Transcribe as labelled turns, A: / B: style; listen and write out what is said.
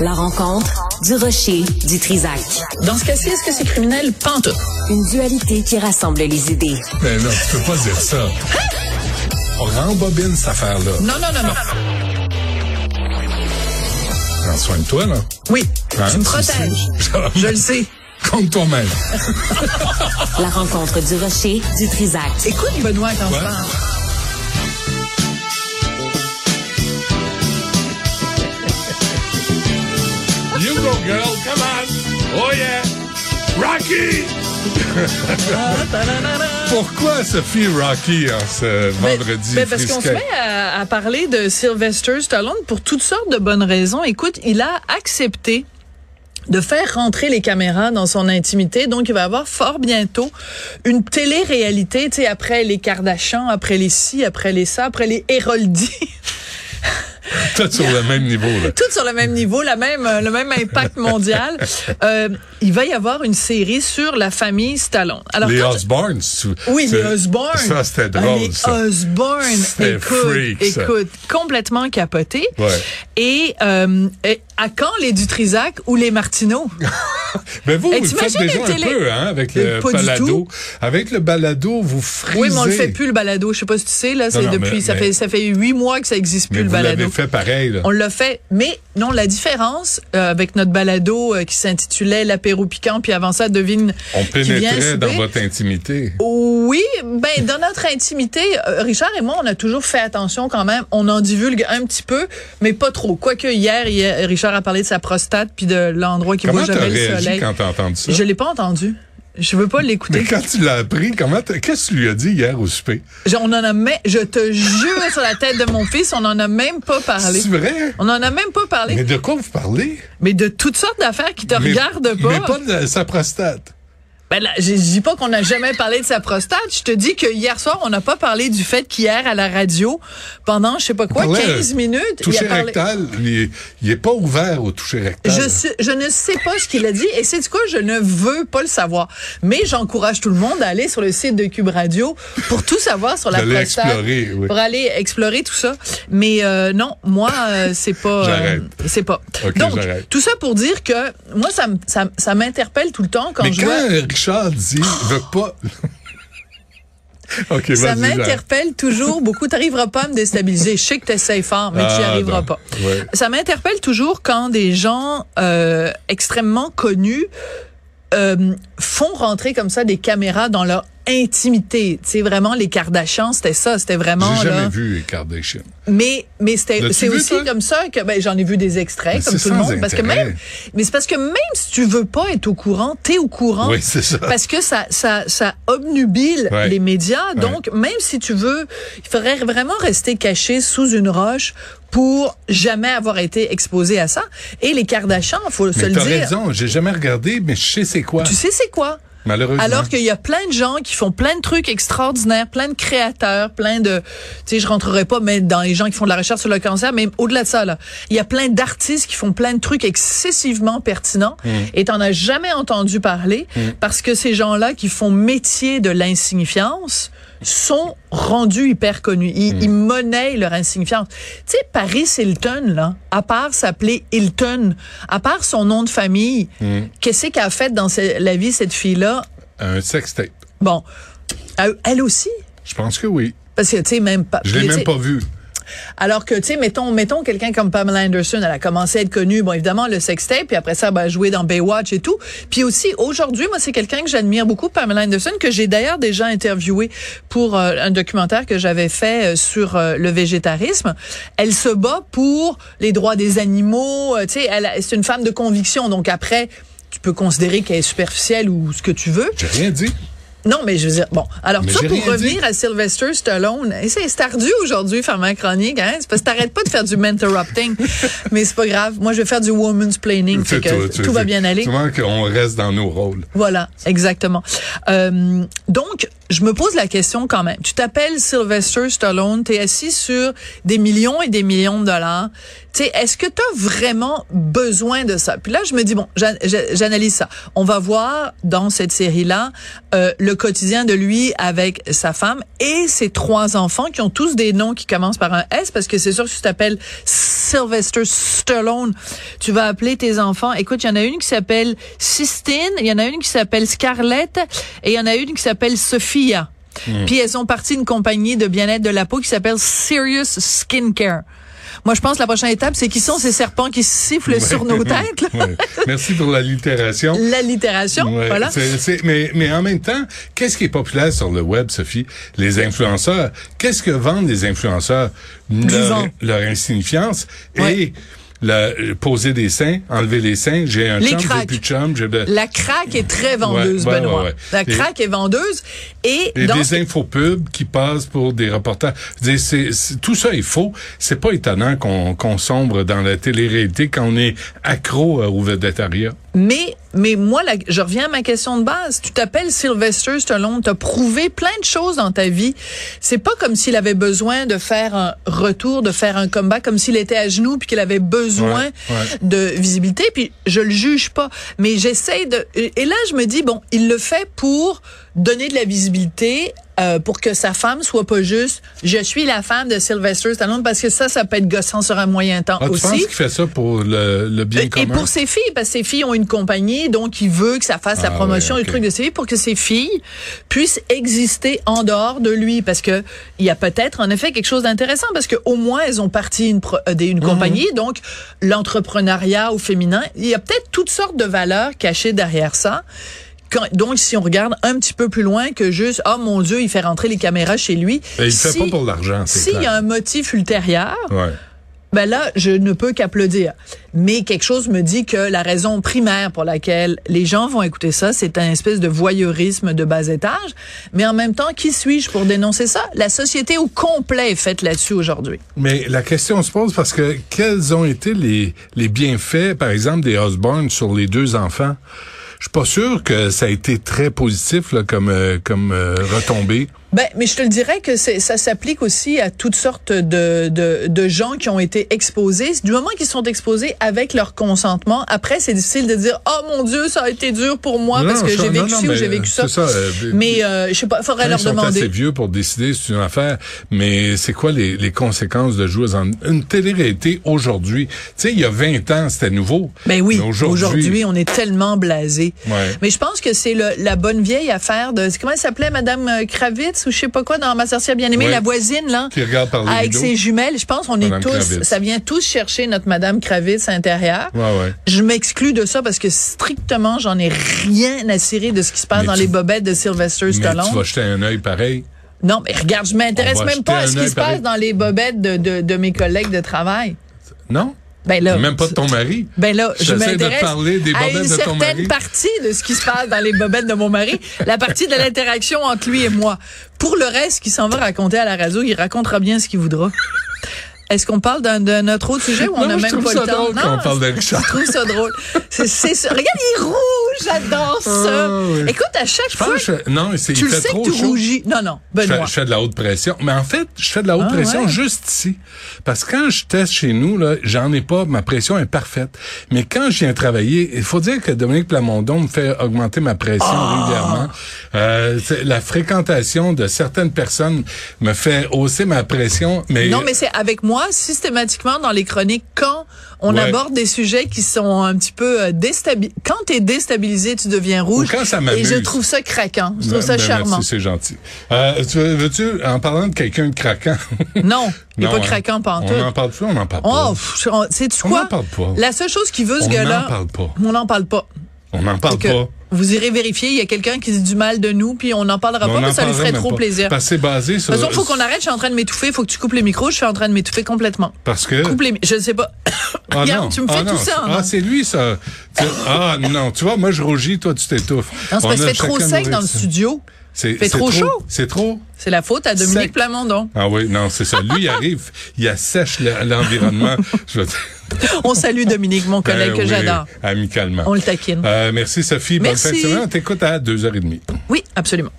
A: La rencontre du rocher du Trisac.
B: Dans ce cas-ci, est-ce que c'est criminel? Pente.
A: Une dualité qui rassemble les idées.
C: Mais non, Ben tu peux pas dire ça. On rembobine cette affaire-là.
B: Hein? Non, non, non, non.
C: Prends soin de toi, là.
B: Oui,
C: Hein,
B: tu me
C: c'est-
B: protèges.
C: c'est-
B: Je le sais.
C: Compte toi-même.
A: La rencontre du rocher du Trisac.
B: Écoute, Benoît, quand
C: Ouais.
B: je parle.
C: You go, girl. Come on. Oh, yeah. Rocky! Pourquoi Sophie Rocky en ce vendredi
B: Ben, parce qu'on se
C: frisquet?
B: met à, à parler de Sylvester Stallone pour toutes sortes de bonnes raisons. Écoute, il a accepté de faire rentrer les caméras dans son intimité. Donc, il va avoir fort bientôt une télé-réalité, tu sais, après les Kardashians, après les ci, après les ça, après les Héroldi.
C: Tout sur le même niveau, là.
B: toutes sur le même niveau, la même, euh, le même impact mondial. Euh, il va y avoir une série sur la famille Stallone. Alors,
C: les
B: quand-
C: Osborns.
B: oui, les Osborne.
C: Ça, c'était drôle,
B: Les
C: ça.
B: Osborne.
C: C'était
B: Écoute,
C: freak, ça.
B: écoute, complètement capoté.
C: Ouais.
B: Et, euh, et à quand les Dutrisac ou les Martineau?
C: Mais vous,
B: Hey,
C: vous le faites
B: Eh, t'imagines
C: déjà
B: les
C: un
B: télé-
C: peu, hein, avec
B: Euh,
C: le
B: pas du
C: balado.
B: tout.
C: Avec le balado, vous frisez.
B: Oui, mais on le fait plus, le balado. Je sais pas si tu sais, là, c'est
C: non,
B: depuis,
C: mais-
B: ça
C: mais-
B: fait, ça fait huit mois que ça existe
C: Mais
B: plus, le
C: vous
B: balado.
C: l'avez fait pareil, là.
B: On l'a fait, mais non, la différence euh, avec notre balado euh, qui s'intitulait L'apéro piquant, puis avant ça, devine
C: On
B: qui vient
C: pénétrait
B: souper.
C: dans votre intimité.
B: Oui, ben dans notre intimité, euh, Richard et moi, on a toujours fait attention quand même. On en divulgue un petit peu, mais pas trop. Quoique hier, hier Richard a parlé de sa prostate puis de l'endroit qui
C: Comment
B: voit
C: t'as
B: jamais le
C: réagi
B: soleil.
C: quand t'as entendu ça?
B: Je l'ai pas entendu. Je veux pas
C: Mais
B: l'écouter.
C: quand tu l'as appris, comment t'as- qu'est-ce que tu lui as dit hier au souper?
B: Je- On en a mais je te jure sur la tête de mon fils, on en a même pas parlé.
C: C'est vrai?
B: On en a même pas parlé,
C: Mais
B: mais,
C: de quoi vous parlez?
B: de toutes sortes d'affaires qui te
C: Mais-
B: regardent pas.
C: Mais pas de sa prostate.
B: Ben là, je je dis pas qu'on n'a jamais parlé de sa prostate. Je te dis que hier soir, on n'a pas parlé du fait qu'hier à la radio, pendant je sais pas quoi,
C: Parlait,
B: 15 minutes,
C: Toucher rectal, il est, il est pas ouvert au toucher rectal.
B: Je, sais- je ne sais pas ce qu'il a dit et c'est du coup je ne veux pas le savoir. Mais j'encourage tout le monde à aller sur le site de Cube Radio pour tout savoir sur la
C: D'aller
B: prostate,
C: explorer, oui.
B: pour aller explorer tout ça. Mais euh, non, moi euh, c'est pas,
C: J'arrête.
B: c'est pas.
C: Ok,
B: Donc
C: j'arrête.
B: tout ça pour dire que moi ça, m- ça, m- ça m'interpelle tout le temps quand
C: Mais
B: je
C: quand
B: vois. Oh!
C: Richard dit, veut pas. OK,
B: Ça
C: vas-y, j'arrête.
B: m'interpelle toujours beaucoup. T'arriveras pas à me déstabiliser. Je sais que t'essayes fort, mais tu n'y
C: Ah,
B: arriveras
C: non.
B: pas.
C: Ouais.
B: Ça m'interpelle toujours quand des gens euh, extrêmement connus euh, font rentrer comme ça des caméras dans leur intimité. Tu sais, vraiment, les Kardashians, c'était ça. C'était vraiment...
C: J'ai jamais
B: là.
C: vu les Kardashians.
B: Mais, mais c'était,
C: L'as-tu
B: c'est
C: vu,
B: aussi
C: toi?
B: comme ça que ben, j'en ai vu des extraits,
C: Mais
B: comme
C: c'est
B: tout le
C: sans
B: monde. Parce que
C: intérêt.
B: même, mais c'est parce que même si tu veux pas être au courant, t'es au courant.
C: Oui, c'est ça.
B: Parce que ça, ça, ça obnubile
C: Ouais.
B: les médias. Donc, même si tu veux, il faudrait vraiment rester caché sous une roche pour jamais avoir été exposé à ça. Et les Kardashians, faut se
C: Mais
B: le
C: t'as
B: dire.
C: raison, j'ai jamais regardé, mais je sais c'est quoi.
B: Tu sais c'est quoi?
C: Malheureusement.
B: Alors qu'il y a plein de gens qui font plein de trucs extraordinaires, plein de créateurs, plein de, tu sais, je rentrerai pas mais dans les gens qui font de la recherche sur le cancer, mais au-delà de ça, là, il y a plein d'artistes qui font plein de trucs excessivement pertinents et t'en as jamais entendu parler parce que ces gens-là qui font métier de l'insignifiance sont rendus hyper connus. Ils, ils monnaient leur insignifiance. Tu sais, Paris Hilton, là, à part s'appeler Hilton, à part son nom de famille, qu'est-ce qu'elle a fait dans ce- la vie, cette fille-là?
C: Un sextape.
B: Bon, Euh, elle aussi.
C: Je pense que oui.
B: Parce que, tu sais, même pas.
C: Je l'ai
B: tu
C: même
B: sais,
C: pas vu.
B: Alors que, tu sais, mettons, mettons quelqu'un comme Pamela Anderson, elle a commencé à être connue, bon, évidemment, le sextape, puis après ça, ben, jouer dans Baywatch et tout. Puis aussi, aujourd'hui, moi, c'est quelqu'un que j'admire beaucoup, Pamela Anderson, que j'ai d'ailleurs déjà interviewé pour euh, un documentaire que j'avais fait euh, sur euh, le végétarisme. Elle se bat pour les droits des animaux, euh, tu sais, elle a- c'est une femme de conviction, donc après, tu peux considérer qu'elle est superficielle ou ce que tu veux.
C: J'ai rien dit.
B: Non, mais je veux dire, bon. Alors,
C: Mais
B: tout ça
C: j'ai
B: pour
C: rien dit.
B: revenir à Sylvester Stallone. Et c'est c'est ardu aujourd'hui, faire ma chronique, hein? C'est parce que t'arrêtes pas de faire du mentorrupting. mais c'est pas grave. Moi, je vais faire du woman's planning. Fait que
C: toi,
B: tout,
C: tu-
B: va
C: tu-
B: bien aller.
C: Tu vois qu'on reste dans nos rôles.
B: Voilà, exactement. Euh, donc, je me pose la question quand même. Tu t'appelles Sylvester Stallone, tu es assis sur des millions et des millions de dollars, Tu sais, est-ce que tu as vraiment besoin de ça? Puis là, je me dis, bon, j'an- j'a- j'analyse ça. On va voir dans cette série-là euh, le quotidien de lui avec sa femme et ses trois enfants qui ont tous des noms qui commencent par un S parce que c'est sûr que si tu t'appelles Sylvester Stallone, tu vas appeler tes enfants. Écoute, il y en a une qui s'appelle Sistine, il y en a une qui s'appelle Scarlett et il y en a une qui s'appelle Sophia.
C: Hmm.
B: Puis elles sont parties d'une compagnie de bien-être de la peau qui s'appelle Serious Skincare. Moi, je pense que la prochaine étape, c'est qui sont ces serpents qui sifflent sur nos têtes? là?
C: Ouais. Merci pour l'allitération.
B: L'allitération,
C: Ouais,
B: voilà.
C: c'est- c'est- mais, mais en même temps, qu'est-ce qui est populaire sur le web, Sophie? Les influenceurs. Qu'est-ce que vendent les influenceurs? Leur,
B: Disons.
C: leur insignifiance
B: Ouais.
C: et le- poser des seins, enlever les seins. J'ai un
B: Les
C: chum, j'ai
B: cracks.
C: plus de chum. j'ai de-
B: La craque est très vendeuse,
C: ouais,
B: Benoît.
C: ouais, ouais.
B: La
C: Et-
B: craque est vendeuse et,
C: Et
B: dans
C: des infopubs qui passent pour des reportages. Je veux dire, c'est- c'est- tout ça est faux. C'est pas étonnant qu'on qu'on sombre dans la télé-réalité quand on est accro euh, au vedettariat.
B: Mais, mais moi, la- je reviens à ma question de base. Tu t'appelles Sylvester Stallone, t'as prouvé plein de choses dans ta vie. C'est pas comme s'il avait besoin de faire un retour, de faire un combat, comme s'il était à genoux puis qu'il avait besoin
C: Ouais, ouais.
B: de visibilité. Puis je le juge pas, mais j'essaie de. Et là, je me dis bon, il le fait pour donner de la visibilité. euh, pour que sa femme soit pas juste, je suis la femme de Sylvester Stallone parce que ça, ça peut être gossant sur un moyen temps
C: Ah, tu
B: aussi.
C: penses qu'il fait ça pour le, le bien
B: Et-
C: commun?
B: Et pour ses filles, parce que ses filles ont une compagnie, donc il veut que ça fasse la
C: Ah
B: promotion
C: ouais,
B: du
C: ok.
B: truc de ses filles pour que ses filles puissent exister en dehors de lui, parce que il y a peut-être en effet quelque chose d'intéressant, parce que au moins elles ont parti une, pro- euh, des-
C: Mhm.
B: une compagnie, donc l'entrepreneuriat au féminin, il y a peut-être toutes sortes de valeurs cachées derrière ça. Quand, donc, si on regarde un petit peu plus loin que juste, oh mon Dieu, il fait rentrer les caméras chez lui.
C: Et Ben, il fait
B: Si-
C: pas pour l'argent, c'est
B: S'il y a
C: clair.
B: un motif ultérieur,
C: Ouais.
B: ben là, je ne peux qu'applaudir. Mais quelque chose me dit que la raison primaire pour laquelle les gens vont écouter ça, c'est un espèce de voyeurisme de bas étage. Mais en même temps, qui suis-je pour dénoncer ça? La société au complet est faite là-dessus aujourd'hui.
C: Mais la question se pose parce que quels ont été les, les bienfaits, par exemple, des Osborne sur les deux enfants? Je suis pas sûr que ça a été très positif là, comme, euh, comme euh, retombée.
B: Ben, mais je te le dirais que c'est- ça s'applique aussi à toutes sortes de, de, de gens qui ont été exposés. Du moment qu'ils sont exposés avec leur consentement, après, c'est difficile de dire, oh mon Dieu, ça a été dur pour moi
C: Non,
B: parce que
C: je-
B: j'ai
C: non,
B: vécu
C: non,
B: ci ou
C: mais
B: j'ai vécu ça.
C: c'est ça, euh,
B: mais euh, je sais pas, faudrait
C: Ils
B: leur
C: sont
B: demander.
C: assez vieux pour décider, c'est une affaire. Mais c'est quoi les, les conséquences de jouer en une télé-réalité aujourd'hui? Tu sais, il y a 20 ans, c'était nouveau.
B: Ben oui,
C: Mais
B: aujourd'hui, on est tellement blasé.
C: Ouais.
B: Mais je pense que c'est le- la bonne vieille affaire de comment elle s'appelait Madame euh, Kravitz ou je sais pas quoi dans Ma sorcière bien-aimée,
C: Ouais.
B: la voisine là.
C: Qui regarde par le
B: Avec
C: rideau.
B: ses jumelles, je pense on est
C: Madame
B: tous
C: Kravitz.
B: ça vient tous chercher notre Madame Kravitz intérieure.
C: Ouais, ouais.
B: Je m'exclus de ça parce que strictement j'en ai rien à cirer de ce qui se passe
C: Mais
B: dans
C: tu-
B: les bobettes de Sylvester
C: Mais tu
B: Stallone.
C: vas jeter un œil pareil.
B: Non, mais regarde, je m'intéresse
C: On va
B: même pas à
C: jeter
B: ce
C: un
B: qui
C: œil
B: se
C: pareil.
B: passe dans les bobettes de, de, de mes collègues de travail.
C: Non?
B: Ben là,
C: Même pas de ton mari.
B: Ben là, je
C: J'essaie de
B: m'intéresse
C: parler des
B: à
C: bobettes
B: une
C: de ton
B: certaine
C: mari.
B: partie de ce qui se passe dans les bobettes de mon mari, la partie de l'interaction entre lui et moi. Pour le reste, qui s'en va raconter à la radio, il racontera bien ce qu'il voudra. Est-ce qu'on parle d'un, d'un autre autre sujet ou on
C: Non,
B: n'a
C: je
B: même
C: trouve
B: pas
C: ça
B: le temps
C: drôle
B: Non,
C: qu'on parle de
B: je-
C: Richard.
B: Je trouve ça drôle. C'est, c'est ça. Regarde, il est rouge, j'adore ça.
C: Ah, oui.
B: Écoute, à chaque
C: Ah,
B: fois,
C: je- non, c'est,
B: tu
C: il
B: le
C: fait
B: sais
C: trop
B: que tu
C: chaud.
B: rougis. Non, non,
C: Je fais,
B: Benoît.
C: je fais de la haute pression. Mais en fait, je fais de la haute
B: Ah,
C: pression
B: ouais.
C: juste ici. Parce que quand je teste chez nous, là, j'en ai pas, ma pression est parfaite. Mais quand je viens travailler, il faut dire que Dominique Plamondon me fait augmenter ma pression
B: Ah!
C: régulièrement. Euh, c'est- la fréquentation de certaines personnes me fait hausser ma pression. Mais,
B: Non, mais c'est avec moi systématiquement dans les chroniques quand on
C: Ouais.
B: aborde des sujets qui sont un petit peu euh, déstabilisés. Quand t'es déstabilisé, tu deviens rouge.
C: Ou quand ça
B: et
C: m'amuse.
B: je trouve ça craquant. Je trouve
C: Ben,
B: ça
C: ben,
B: charmant.
C: Merci, c'est gentil. Euh, tu veux- veux-tu, en parlant de quelqu'un de craquant?
B: non, il est
C: Non,
B: pas
C: hein.
B: craquant pantoute.
C: On en parle plus, on en parle pas.
B: Oh, pff, on- sais-tu
C: On
B: quoi?
C: en parle pas.
B: La seule chose qui veut ce
C: On
B: gars-là.
C: n'en parle pas.
B: On n'en parle pas.
C: On n'en parle
B: Que
C: pas.
B: Vous irez vérifier, il y a quelqu'un qui dit du mal de nous, puis on n'en parlera
C: On
B: pas,
C: en
B: mais ça lui
C: parlera
B: ferait
C: même
B: trop
C: pas.
B: plaisir.
C: Parce que c'est basé sur.
B: De toute façon, faut qu'on arrête, je suis en train de m'étouffer, faut que tu coupes les micros, je suis en train de m'étouffer complètement.
C: Parce que.
B: Coupe les mi- Je ne sais pas.
C: Ah
B: Regarde,
C: non,
B: tu me
C: ah
B: fais
C: non,
B: tout ça.
C: Ah,
B: hein.
C: c'est lui, ça. Tu- ah non, tu vois, moi, je rougis, toi, tu t'étouffes.
B: Non, c'est
C: On
B: parce que
C: a
B: fait trop
C: chacun
B: sec
C: nos
B: dans le
C: réactions.
B: studio.
C: C'est
B: Fait
C: c'est
B: trop chaud.
C: C'est trop.
B: C'est la faute à Dominique
C: Sec.
B: Plamondon.
C: Ah oui, non, c'est ça. Lui, il arrive, il assèche le- l'environnement. je veux dire.
B: On salue Dominique, mon collègue
C: Euh,
B: que
C: oui,
B: j'adore.
C: Amicalement.
B: On le taquine.
C: Euh, merci, Sophie.
B: Merci.
C: Bonne fin de semaine. On t'écoute à 2h30.
B: Oui, absolument.